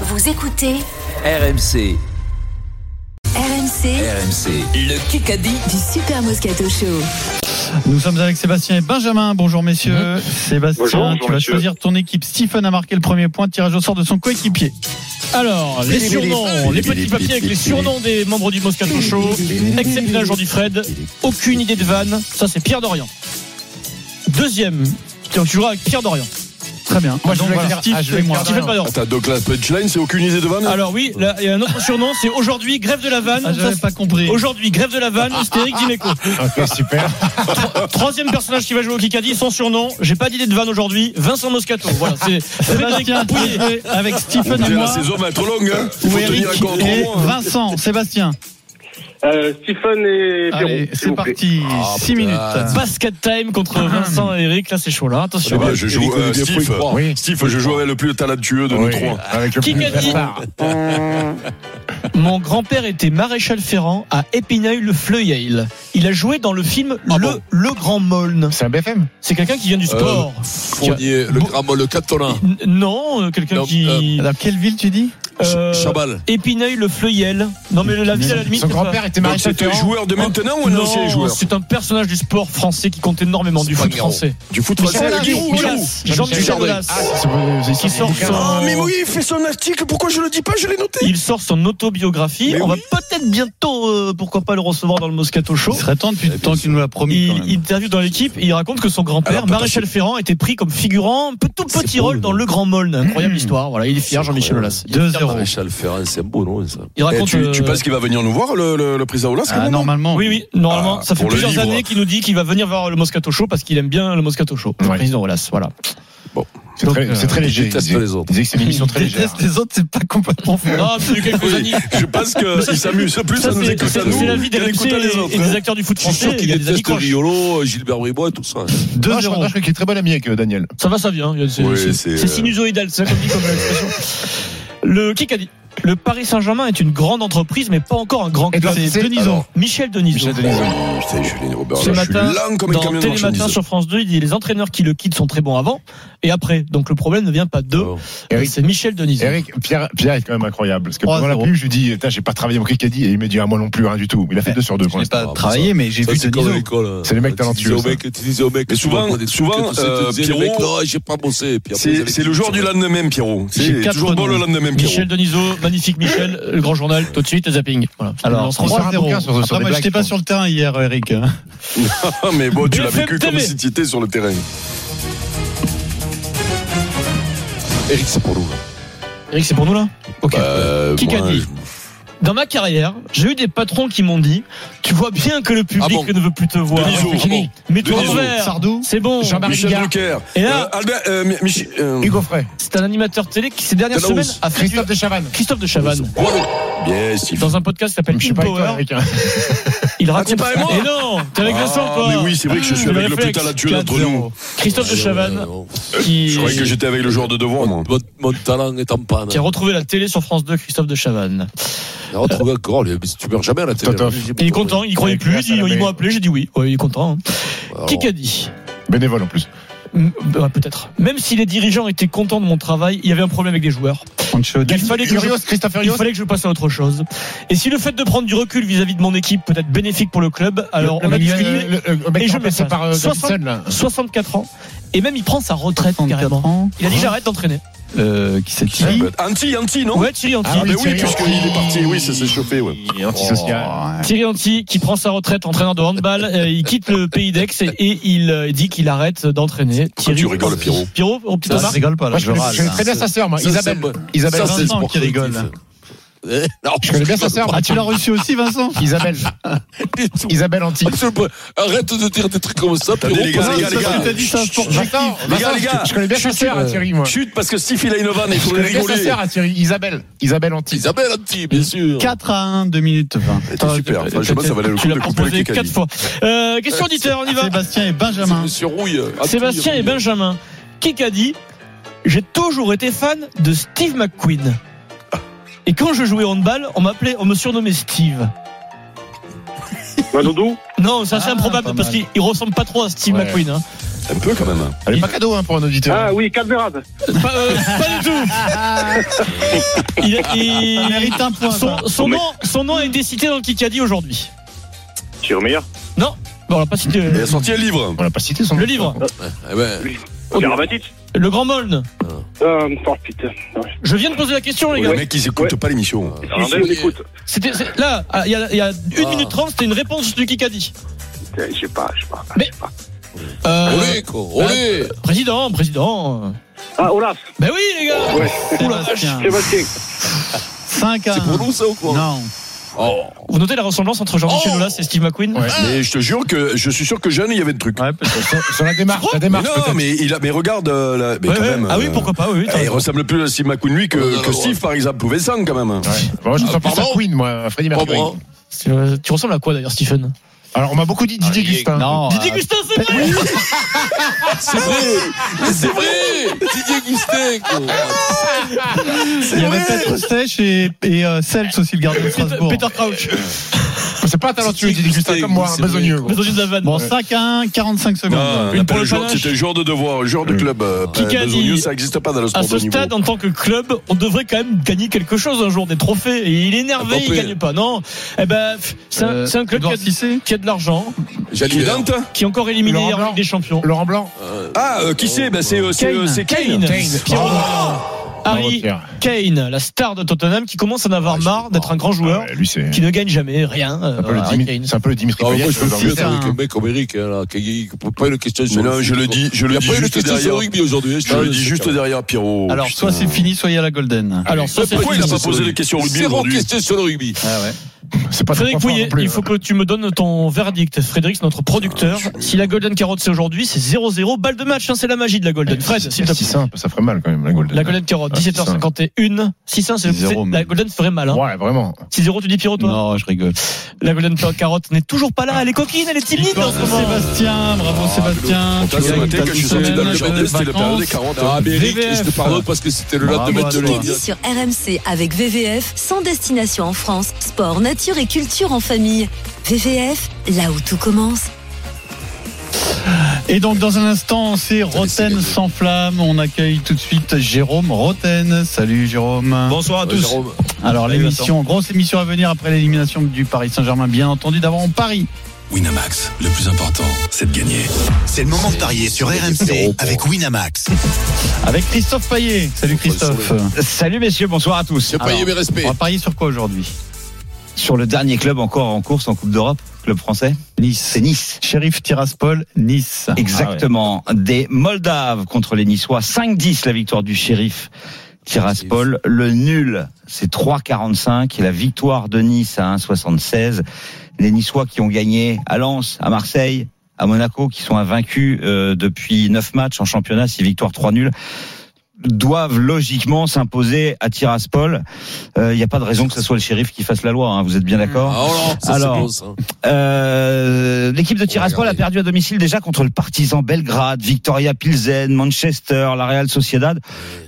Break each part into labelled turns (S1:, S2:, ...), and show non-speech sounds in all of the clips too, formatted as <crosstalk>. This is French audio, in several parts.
S1: Vous écoutez
S2: RMC,
S1: RMC
S2: RMC, le Kikadi.
S1: du Super Moscato Show.
S3: Nous sommes avec Sébastien et Benjamin. Bonjour messieurs. Sébastien,
S4: Bonjour, bonjour,
S3: tu vas
S4: messieurs.
S3: choisir ton équipe. Stephen a marqué le premier point. Tirage au sort de son coéquipier.
S5: Alors, les surnoms, les petits papiers avec les surnoms des membres du Moscato Show, excepté un jour du Fred, aucune idée de vanne, ça c'est Pierre Dorian. Deuxième, tu joueras avec Pierre Dorian.
S3: Très bien.
S5: Moi, je
S3: Donc,
S5: vais
S3: voilà,
S5: faire-
S3: Steve
S5: ah, je vais
S3: et moi.
S5: faire- Stephen Dorian.
S4: T'as donc la punchline, c'est aucune idée de vanne
S5: Alors oui, là, il y a un autre surnom, c'est aujourd'hui grève de la vanne.
S3: Ah, j'avais
S5: Ça,
S3: pas compris. Ah.
S5: Aujourd'hui, grève de la vanne, c'était Eric Dimeco.
S6: super.
S5: Troisième personnage qui va jouer au Kikadi, son surnom, j'ai pas d'idée de vanne aujourd'hui, Vincent Moscato. Voilà,
S3: <laughs>
S5: c'est Frédéric
S3: Sébastien, tu
S5: Pouillet.
S3: vas jouer avec Stephen
S4: Déjà,
S3: et
S4: la
S3: moi.
S4: saison va être longue, hein Il
S3: Ou
S4: faut
S3: Eric
S4: tenir encore trois
S3: et
S4: mois. hein.
S3: Vincent. Sébastien.
S7: Euh, Stephen et Pierrot.
S3: Allez,
S7: s'il
S3: c'est
S7: vous plaît. Ah,
S3: parti. 6 minutes. Ah.
S5: Basket time contre Vincent et Eric, là c'est chaud là,
S4: Eh
S5: attention.
S4: ben, je joue, euh, Steve,
S6: Oui.
S4: Steve, je joue avec le plus talentueux de nous trois.
S6: Avec le
S5: Qui
S6: plus
S5: qu'a dit
S6: bâtard.
S5: Mon grand-père était maréchal ferrant à Épinal-le-Fleuil. Il a joué dans le film
S7: Ah
S5: Le, le Grand Molne.
S6: C'est un BFM
S5: C'est quelqu'un qui vient du sport.
S4: Euh, Fournier, le Gramol, le Catalan,
S5: N- Non, euh, quelqu'un
S4: Non,
S5: qui.
S3: Dans quelle ville tu dis
S5: euh,
S4: Chabal.
S5: Épinal-le-Fleuil. Non, mais la ville à la limite.
S6: Son
S5: c'est pas-
S6: grand-père était
S4: Donc
S6: maréchal
S4: c'est un
S6: ferrant.
S4: joueur de maintenant ou un ancien
S5: Non,
S4: joueur
S5: c'est un personnage du sport français qui compte énormément du
S4: pas
S5: foot
S4: Guiraud.
S5: français.
S4: Du foot français
S5: Jean-Michel
S4: Giroud, Giroud.
S5: Aulas. Jean-Michel
S4: Dujardin.
S5: Aulas.
S6: Ah, c'est- c'est- c'est-
S5: Qui sort
S6: c'est-
S5: son-
S4: Ah, mais oui, il fait son article, pourquoi je le dis pas Je l'ai noté
S5: Il sort son autobiographie.
S4: Mais
S5: On va peut-être bientôt, euh, pourquoi pas, le recevoir dans le Moscato Show.
S3: Il serait temps depuis le temps qu'il nous l'a promis. quand
S5: Il
S3: même.
S5: il interviewe dans l'équipe et il raconte que son grand-père,
S4: Alors,
S5: maréchal Ferrand, était pris comme figurant, un peu- tout petit rôle dans Le Grand Molne.
S4: <clears throat>
S5: Incroyable histoire. Voilà, il est fier, Jean-Michel Aulas. Il est fier
S3: 2-0.
S5: de ça.
S4: Ah, Ferrand, c'est beau, non ça
S5: Il raconte.
S4: Eh, tu, tu
S5: euh,
S4: penses qu'il va venir nous voir, le, le, le président Oulas
S3: Ah, normalement.
S5: Oui, oui, normalement,
S4: Ah,
S5: ça fait
S4: pour le
S5: plusieurs
S4: livre.
S5: années qu'il nous dit qu'il va venir voir le Moscato Show parce qu'il aime bien le Moscato Show. Le
S6: Ouais.
S5: président Aulas, voilà.
S6: C'est très- c'est très léger.
S4: déteste
S6: Il disait-
S4: les autres.
S6: il disait que c'est une émission très légère.
S3: Déteste les autres, c'est pas complètement faux.
S5: Non, depuis quelques années.
S4: Je pense qu'il s'amuse plus
S5: Ça,
S4: à nous
S5: c'est
S4: écouter à
S5: c'est-
S4: nous
S5: c'est la vie des
S4: qu'à
S5: RMC
S4: écouter à les autres.
S5: et, et des acteurs du foot
S4: Je suis
S5: français.
S4: sûr
S5: Il
S4: qu'il
S5: y a des
S4: déteste
S5: amis proches.
S4: Riolo, Gilbert Bribois et tout ça.
S6: Ah, je
S3: 2-0.
S6: crois qu'il est très bon ami avec euh, Daniel.
S5: Ça va, ça vient. Il y a- C'est
S4: Oui,
S5: c'est-
S4: c'est,
S5: c'est
S4: euh,
S5: sinusoïdal, c'est ça qu'on dit comme expression. Le Kikadi. Le Paris Saint-Germain est une grande entreprise, mais pas encore un grand club.
S6: Edouard Cissé.
S5: Denison.
S4: Alors.
S5: Michel Denison.
S6: Michel Denisot.
S4: Oh, Putain, Julien Robert,
S5: Ce
S4: là, je suis
S5: matin,
S4: lent comme un
S5: dans
S4: camion de
S5: Télématin
S4: marchandises.
S5: sur France 2, il dit les entraîneurs qui le quittent sont très bons avant et après. Donc le problème ne vient pas d'eux, Euh,
S4: Oh.
S6: Eric.
S5: c'est Michel Denison.
S6: Eric, Pierre, Pierre est quand même incroyable. Parce que pendant la
S3: 3-0.
S6: pub, je lui dis, Putain, j'ai pas travaillé mon Kikadi. Et il me dit, ah, moi non plus, rien du tout. Il a fait 2 sur 2
S3: Je n'ai pas
S4: Ah,
S3: travaillé, mais j'ai
S8: Ça,
S3: vu
S8: c'est comme à
S3: Denisot.
S8: l'école, hein.
S6: C'est les mecs
S8: Tu disais
S6: talentueux,
S8: aux
S6: ça.
S8: mecs- tu disais aux mecs,
S4: Mais
S8: tu
S4: souvent,
S8: vois, des trucs
S4: souvent,
S8: et tout ça, tu
S4: euh,
S8: disais, les mecs,
S4: Pierrot-
S8: là, j'ai pas bossé. Puis après, vous
S4: C'est
S8: allez-
S4: c'est le jour du lendemain, Pierrot.
S5: J'ai
S4: C'est
S5: quatre
S4: toujours bon
S5: noms.
S4: le lendemain, Pierrot.
S5: Michel Deniso, magnifique Michel, le grand journal, tout de suite, le zapping. Voilà.
S3: Alors,
S5: Je te lance.
S6: sort un bouquin
S3: 3-0.
S6: sur- sur
S3: Après,
S6: des
S3: moi,
S6: blagues,
S3: j'étais
S6: je
S3: pas
S6: pense.
S3: sur le terrain hier, Eric.
S4: Ah, mais bon, tu l'as
S5: BFM
S4: vécu comme
S5: TV.
S4: si tu étais sur le terrain.
S8: Eric, c'est pour nous.
S5: Eric, c'est pour nous là Ok.
S4: Bah,
S8: Euh,
S5: Qui
S8: moi,
S5: qu'a dit
S8: je-
S5: Dans ma carrière, j'ai eu des patrons qui m'ont dit Tu vois bien que le public
S8: Ah bon
S5: ne veut plus te voir.
S4: Denisot,
S5: Mais
S4: ah bon.
S5: Mets-toi
S4: Denisot.
S5: ouvert.
S3: Sardou.
S5: C'est bon.
S6: Jean-Marie
S4: Michel
S6: Bigard.
S4: Drucker.
S5: Et
S4: Euh,
S5: là,
S4: Albert, euh, Mi- Michi- euh,
S6: Hugo Frey,
S5: c'est un animateur télé qui, ces dernières
S8: Talaus.
S5: semaines, a fait du-
S6: Christophe de Chavannes.
S5: Christophe de Chavannes.
S8: Voilà.
S4: Yes, Steve.
S5: Dans un podcast qui s'appelle
S6: Je suis
S5: In
S6: pas avec toi,
S5: Power,
S6: Eric. hein.
S5: il
S4: t'es
S5: raconte.
S4: Ah, pas avec moi
S5: Et non, t'es avec Vincent,
S4: Ah,
S5: toi.
S4: mais oui, c'est vrai que je suis avec le plus
S5: réflexe,
S4: talentueux d'entre nous.
S5: 4-0.
S4: Ah,
S5: Christophe de Chavannes,
S8: Euh,
S5: qui,
S4: Je croyais que j'étais avec le joueur de devoir, moi.
S8: Mon, mon talent est en panne.
S5: qui a retrouvé la télé sur France 2, Christophe de Chavannes.
S8: Il a retrouvé encore, lui, mais tu meurs jamais à la télé.
S6: Totof.
S5: Il est content, il croyait
S6: Avec
S5: plus,
S6: grâce à
S5: il-
S6: la
S5: ils m'ont
S6: mère.
S5: appelé, j'ai dit oui. Ouais, il est content. hein.
S8: Alors,
S5: Qui qu'a dit
S6: Bénévole en plus.
S5: Mm, bah, Peut-être. Même si les dirigeants étaient contents de mon travail, il y avait un problème avec les joueurs. Il fallait que je
S6: Urios, Christophe
S5: Il
S6: Urios.
S5: fallait que je passe à autre chose. Et si le fait de prendre du recul vis-à-vis de mon équipe peut être bénéfique pour le club, alors
S6: Le
S5: on a
S6: mec,
S5: discuté.
S6: euh, le-
S5: Et
S6: le mec qui
S5: je
S6: est remplacé
S5: mets ça.
S6: par euh,
S5: 60.
S6: Davidson, là.
S5: 64 ans. Et même il prend sa retraite carrément.
S3: ans.
S5: Il a dit j'arrête d'entraîner.
S3: Euh, qui c'est
S4: Ah,
S3: Tilly
S4: bah, Anti, anti, non
S5: Ouais, Thierry Anti.
S6: Ah
S4: Mais
S6: oui,
S4: oui,
S6: Thierry
S4: puisqu'il
S6: Henry.
S4: est parti, oui, ça s'est chauffé, ouais.
S6: Il est antisocial.
S5: Thierry Anti qui prend sa retraite entraîneur de handball, euh, il quitte le pays d'Aix et, et il euh, dit qu'il arrête d'entraîner.
S4: Pourquoi
S5: Thierry
S4: Ah, tu rigoles, Pierrot
S5: Pierrot, au petit
S3: Ça, je
S5: remarque
S3: rigole pas, là,
S6: Moi, je
S3: je
S6: connais,
S3: râle.
S6: je connais très bien sa sœur, moi.
S8: Ça,
S6: Isabelle.
S8: c'est-
S6: Isabelle.
S8: ça, c'est
S3: Vincent
S8: sportif.
S3: qui rigole.
S8: Eh, alors,
S6: Je connais bien sa sœur.
S3: Ah, tu l'as reçu aussi, Vincent
S6: Isabelle. Isabelle Anti.
S8: Arrête de dire des trucs comme ça.
S4: Attendez,
S8: Pierrot,
S4: les gars,
S8: parce
S4: les
S8: que
S4: gars, les
S8: ça,
S4: gars.
S3: T'as dit ça sportif.
S6: Vincent,
S4: Les gars, les
S6: Vincent,
S4: gars.
S6: je, je connais bien sa sœur à Thierry, moi.
S4: Chute, parce que Steve, il a une vanne, il
S6: Je
S4: faut
S6: connais bien sa
S4: rigoler.
S6: sœur à Thierry. Isabelle. Isabelle Anti.
S8: Isabelle Anti, bien sûr.
S3: 4 à 1, 2 minutes 20.
S4: C'était super. Franchement, ça valait le
S5: Tu
S4: coup
S5: l'as
S4: de couper le Ah,
S5: proposé
S4: kick à
S5: quatre fois. Euh, question auditeur, on y va.
S3: Sébastien et Benjamin.
S8: Monsieur Rouille. euh, Anti,
S5: Sébastien
S8: Rouille.
S5: et Benjamin. Qui qu'a dit J'ai toujours été fan de Steve McQueen. Et quand je jouais au handball, on m'appelait, on me surnommait Steve.
S7: Madoudou
S5: Non, ça c'est
S3: Ah,
S5: improbable
S3: pas
S5: parce
S3: mal.
S5: qu'il il ressemble pas trop à Steve
S6: Ouais.
S5: McQueen. hein.
S4: Un peu quand même.
S6: Elle est pas cadeau hein, pour un
S3: Euh.
S6: auditeur.
S7: Ah oui, Calverade.
S5: Pas, euh, pas du tout. Il,
S3: Il
S5: il-
S3: mérite un point.
S5: son,
S3: ça.
S5: son nom, son nom a été cité dans le Kikadi aujourd'hui.
S7: Thierry Meyer.
S5: Bon, on l'a pas cité.
S4: Il a sorti un livre.
S6: On l'a pas cité son
S5: Le
S6: nom.
S5: livre,
S8: Eh ben,
S7: Karabatic.
S5: le grand Moln.
S7: Euh, oh putain.
S5: Je viens de poser la question, les gars.
S4: Le mec, ils écoutent pas l'émission.
S8: Euh,
S7: Si, si, on écoute.
S5: C'était c'est- là, ah, il y a, il y a une
S8: Ah.
S5: minute trente, c'était une réponse du Kikadi.
S7: Je sais pas, je sais pas.
S5: Mais- Euh,
S8: olé, quoi, olé.
S5: président, président.
S7: Ah, Olaf.
S5: Ben oui, les gars.
S7: Ouais.
S5: Oula,
S3: Sébastien.
S7: Sébastien.
S3: 5 à
S8: C'est
S3: 1.
S8: pour nous, ça, ou quoi
S3: Non.
S8: Oh.
S5: Vous notez la ressemblance entre Jean-Michel
S8: Oh.
S5: Aulas et Steve McQueen
S4: Mais je te jure que je suis sûr que Jeanne, il y avait le truc.
S3: Ouais, peut-être.
S6: Sur, sur la démarche, la
S4: Mais
S6: démarche peut-être.
S4: non, mais, il a, mais regarde, euh, la- mais
S5: Ouais,
S4: quand
S5: ouais.
S4: même.
S5: Ah oui,
S4: euh,
S5: pourquoi pas, oui, oui, t'as
S4: eh, il
S5: raison.
S4: ressemble plus à Steve McQueen, lui, que,
S8: Oh, non, non,
S4: que
S8: non,
S4: Steve,
S8: ouais.
S4: par exemple, ou Vincent, quand même.
S6: Ouais. Bon, Moi, je me
S8: Ah,
S6: sens plus à
S8: pardon
S6: Queen, moi, à Freddie Mercury.
S8: Bon, bon.
S5: C'est, euh, Tu ressembles à quoi d'ailleurs, Stephen
S6: Alors, on m'a beaucoup dit Didier
S8: Ah, il est-
S6: Gustin.
S3: Non.
S5: Didier
S3: euh,
S5: Gustin, c'est vrai
S8: C'est vrai Mais c'est vrai Didier Gustin, quoi.
S3: Il y avait Petre Stech et, et euh, Seltz aussi, le gardien de Strasbourg.
S5: Peter Crouch.
S6: C'est pas talentueux,
S8: Didier
S6: Didier Gustin,
S8: Gustin,
S6: comme moi,
S8: c'est vrai.
S6: besogneux.
S5: Les yeux de la vanne. Ah,
S3: Bon, 5 à 1, 45 secondes.
S5: Une
S4: Ah, C'était
S5: pour
S4: un
S5: le
S4: joueur
S5: panache.
S4: c'était un joueur de devoir, un joueur de club. euh,
S5: Qui qu'a
S4: Besogneux,
S5: dit
S4: ça n'existe pas dans le sport
S5: À
S4: de
S5: ce
S4: niveau.
S5: stade, en tant que club, on devrait quand même gagner quelque chose un jour, des trophées. Et il est énervé,
S8: Un
S5: il
S8: trophée.
S5: gagne pas. Non, eh ben, pff, c'est un,
S3: Euh,
S5: c'est un club qui a,
S3: Edouard Cissé
S5: qui a de l'argent,
S4: Qui est Dante
S5: qui est encore éliminé
S6: Laurent
S5: hier en
S6: Blanc.
S5: Ligue des Champions.
S6: Laurent Blanc.
S4: Ah, euh, qui c'est Bah, C'est euh, c'est, euh, c'est Kane.
S5: Kane, Pierrot. Harry
S6: Pierre.
S5: Kane, la star de Tottenham, qui commence à en avoir
S6: Ah, je
S5: marre
S6: sais
S5: d'être
S6: pas.
S5: un grand joueur,
S6: Ah ouais, lui, c'est
S5: qui ne gagne jamais rien. euh,
S6: c'est un peu le
S5: voilà,
S6: Dimi-
S5: Kane.
S6: c'est un peu le Dimitri
S5: Bah,
S8: Ah, moi,
S6: Payet.
S8: je me
S6: dans le
S8: suis
S6: vestiaire.
S8: avec un mec comme Eric, hein, là, qui qui- pas une question sur
S4: Mais
S8: le
S4: non,
S8: foot,
S4: je le
S8: quoi.
S4: dis, je
S8: Il n'y
S4: le
S8: a
S4: dis
S8: pas une
S4: juste
S8: question sur
S4: derrière.
S8: le rugby aujourd'hui. hein,
S4: Je le dis juste derrière, Pierrot.
S5: Oh,
S3: Alors,
S4: Putain.
S3: soit c'est fini, soit il y a la Golden.
S5: Alors, ça, c'est
S4: Pourquoi il n'a pas
S8: C'est
S4: posé
S8: vrai.
S4: les questions au rugby
S8: Zéro
S4: aujourd'hui
S8: question sur le rugby.
S3: Ah ouais.
S6: C'est pas très
S5: Frédéric
S6: profond non
S5: Pouillet,
S6: plus. euh.
S5: il faut que tu me donnes ton verdict. Frédéric, c'est notre producteur.
S6: Ah,
S5: Si la Golden Carotte c'est aujourd'hui, c'est 0-0. Balle de match, hein, c'est la magie de la Golden. Fred, s'il te
S6: Si
S5: plaît.
S6: simple, ça ferait mal quand même, la Golden.
S5: La Golden Carotte,
S6: Ah,
S5: 17h51. 6-1, c'est-
S3: 0,
S5: c'est-
S3: même.
S5: la Golden ferait mal. Hein.
S6: Ouais, vraiment.
S5: 6-0, tu dis Pierrot, toi
S3: Non, je rigole.
S5: La Golden Carotte n'est toujours pas là. Elle est coquine, elle est timide en ce
S3: Bravo
S5: moment.
S3: Sébastien, bravo Sébastien.
S4: Putain, ce matin, quand
S3: gagnes
S4: je suis
S3: ta
S4: sorti dans le
S3: semaine
S4: jardin,
S3: de
S4: c'était la période des
S3: vacances.
S4: 40.
S8: Ah, mais Eric,
S3: VVF.
S8: je te pardon parce que c'était le
S3: Bravo
S8: lendemain
S3: à
S8: de
S3: toi.
S8: l'Olympique.
S1: sur RMC avec VVF, sans destination en France, sport, nature et culture en famille. VVF, là où tout commence.
S3: Et donc, dans un instant, c'est Roten sans flamme. On accueille tout de suite Jérôme Roten. Salut Jérôme.
S5: Bonsoir à
S8: Ouais, Jérôme.
S3: Alors
S5: Salut,
S3: l'émission, grosse émission à venir après l'élimination du Paris Saint-Germain, bien entendu. D'abord on parie.
S9: Winamax, le plus important, c'est de gagner. C'est le moment de parier sur RMC avec Winamax.
S3: <laughs> avec Christophe Payet. Salut Christophe.
S10: Salut messieurs, bonsoir à tous.
S8: Je payais mes respects.
S3: On va parier sur quoi aujourd'hui
S10: Sur le dernier club encore en course en Coupe d'Europe, club français,
S3: Nice.
S10: c'est Nice. Ah
S3: Sheriff Tiraspol, Nice.
S10: Exactement. Des Moldaves contre les Niçois. 5-10 la victoire du shérif Tiraspol. Le nul, c'est 3-45. Et la victoire de Nice à 1-76. Les Niçois qui ont gagné à Lens, à Marseille, à Monaco, qui sont invaincus euh, depuis 9 matchs en championnat, 6 victoires, 3 nuls doivent logiquement s'imposer à Tiraspol. Euh, Il n'y a pas de raison que ce soit le shérif qui fasse la loi, hein, vous êtes bien d'accord
S8: Ah, oh non, ça c'est
S10: Alors,
S8: bon, ça.
S10: euh, l'équipe de Tiraspol a perdu à domicile déjà contre le Partizan Belgrade, Victoria Pilsen, Manchester, la Real Sociedad.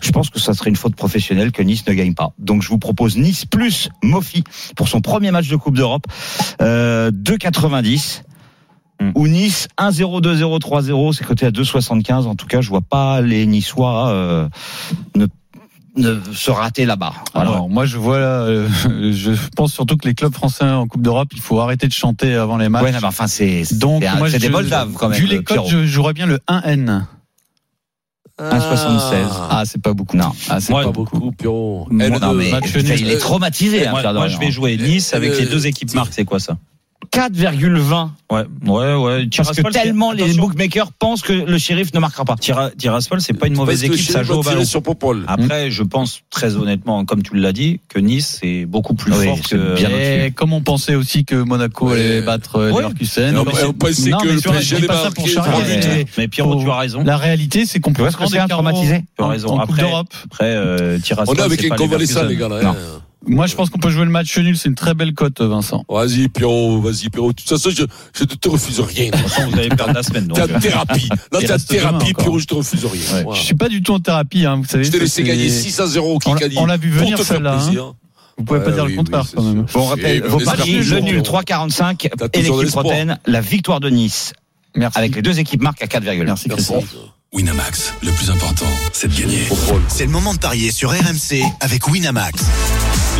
S10: Je pense que ça serait une faute professionnelle que Nice ne gagne pas. Donc je vous propose Nice plus Mofi pour son premier match de Coupe d'Europe, euh, 2,90.
S3: Hmm.
S10: Ou Nice 1-0, 2-0, 3-0, c'est coté à 2,75. En tout cas, je vois pas les Niçois euh, ne, ne se rater là-bas. Voilà.
S3: Alors moi je vois, euh, <laughs> je pense surtout que les clubs français en Coupe d'Europe, il faut arrêter de chanter avant les matchs.
S10: Ouais, non, mais enfin, c'est c'est
S3: donc
S10: un-
S3: moi
S10: c'est des
S3: je-
S10: Moldaves quand même.
S3: Vu les
S10: Pierrot.
S3: codes, je jouerais bien le 1N.
S10: 1,76.
S3: Ah, c'est pas beaucoup.
S10: Non.
S3: Ah, c'est
S8: Moi,
S3: pas beaucoup.
S8: beaucoup, Pierrot.
S3: Non,
S8: Elle
S10: Non,
S8: de-
S10: mais
S3: match
S10: putain,
S3: nul.
S10: il est traumatisé, hein, Pierre Dorian.
S2: jouer Nice
S8: avec les deux
S2: équipes marques, c'est quoi ça
S10: 4,20.
S2: Ouais, ouais, ouais.
S10: Parce que
S2: Tiraspol, c'est-
S10: tellement les
S2: attention,
S10: bookmakers pensent que le shérif ne marquera pas.
S2: Tira- Tiraspol, c'est pas une
S8: Parce
S2: mauvaise
S8: que
S2: équipe,
S8: chez
S2: ça
S8: les
S2: joue au
S8: Batiris
S2: ballon.
S8: sur Popol.
S2: Après, je pense très honnêtement, comme tu l'as dit, que Nice est beaucoup plus
S10: Oui,
S2: fort
S10: c'est
S2: que.
S10: bien
S3: Et Eh, comme on pensait aussi que Monaco
S8: Ouais.
S3: allait battre euh,
S2: Ouais.
S3: Leverkusen.
S8: Et on-
S3: Non, mais
S8: et on
S3: c'est-
S8: pensait
S3: non,
S8: que
S3: mais
S8: le
S3: tu vois,
S8: PSG
S3: je dis
S8: allait
S3: pas ça
S8: marquer,
S3: pour charrier,
S8: ouais.
S3: mais-
S2: Mais Pierrot,
S3: Faut-
S2: tu as raison.
S3: La réalité, c'est qu'on
S10: Tu
S3: peut
S10: vois ce que
S3: prendre
S10: c'est un
S3: des carreaux
S10: traumatisé
S2: Tu as
S3: en-
S2: raison.
S3: en Coupe
S2: Après-
S3: d'Europe.
S2: Après, euh,
S3: Ah,
S2: Tiraspol,
S8: On est avec
S2: c'est
S8: un
S2: pas
S8: convalescent, les
S2: Leverkusen.
S8: gars, là.
S10: Non.
S8: hein.
S3: Moi, je pense qu'on peut jouer le match nul. C'est une très belle cote, Vincent.
S8: Vas-y, Pierrot, vas-y, Pierrot. De toute façon, je, je ne te refuse rien.
S2: De toute façon, vous allez perdre la semaine. donc,
S8: T'es
S2: euh,
S8: en
S3: <laughs>
S8: thérapie. Là,
S3: Il
S8: t'es en
S3: reste demain
S8: thérapie,
S3: encore.
S8: Pierrot, je te refuse rien. Voilà.
S3: Je suis pas du tout en thérapie. hein, vous savez,
S8: Je t'ai
S3: ça,
S8: laissé
S3: c'est-
S8: gagner 6 à 0 au
S3: On-
S8: Kikadi.
S3: on l'a vu
S8: Pour
S3: venir,
S8: te faire
S3: celle-là, hein.
S8: plaisir.
S3: Vous pouvez pas
S8: Ouais,
S3: dire
S8: oui,
S3: le contraire
S8: oui,
S3: quand
S8: c'est
S3: même.
S8: sûr.
S10: Bon, on rappelle
S8: Et
S10: vos
S8: mais
S10: paris,
S8: c'est
S10: le
S8: sûr.
S10: nul 3,45
S8: T'as
S10: et
S8: toujours de
S10: l'équipe
S8: l'espoir.
S10: rotaine, la victoire de Nice.
S4: Merci.
S10: avec les deux équipes marquent à 4,1.
S4: Merci Christophe.
S3: Winamax, le plus important, c'est de gagner. C'est le moment de parier sur RMC avec Winamax.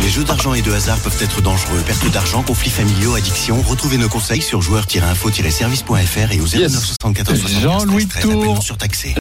S3: Les jeux d'argent et de hasard peuvent être dangereux. Perte d'argent, conflits familiaux, addiction. Retrouvez nos conseils sur joueurs-info-service.fr et au 09 74 75 13
S4: Jean-Louis
S3: 13. Appel non
S4: Tour.
S3: surtaxé.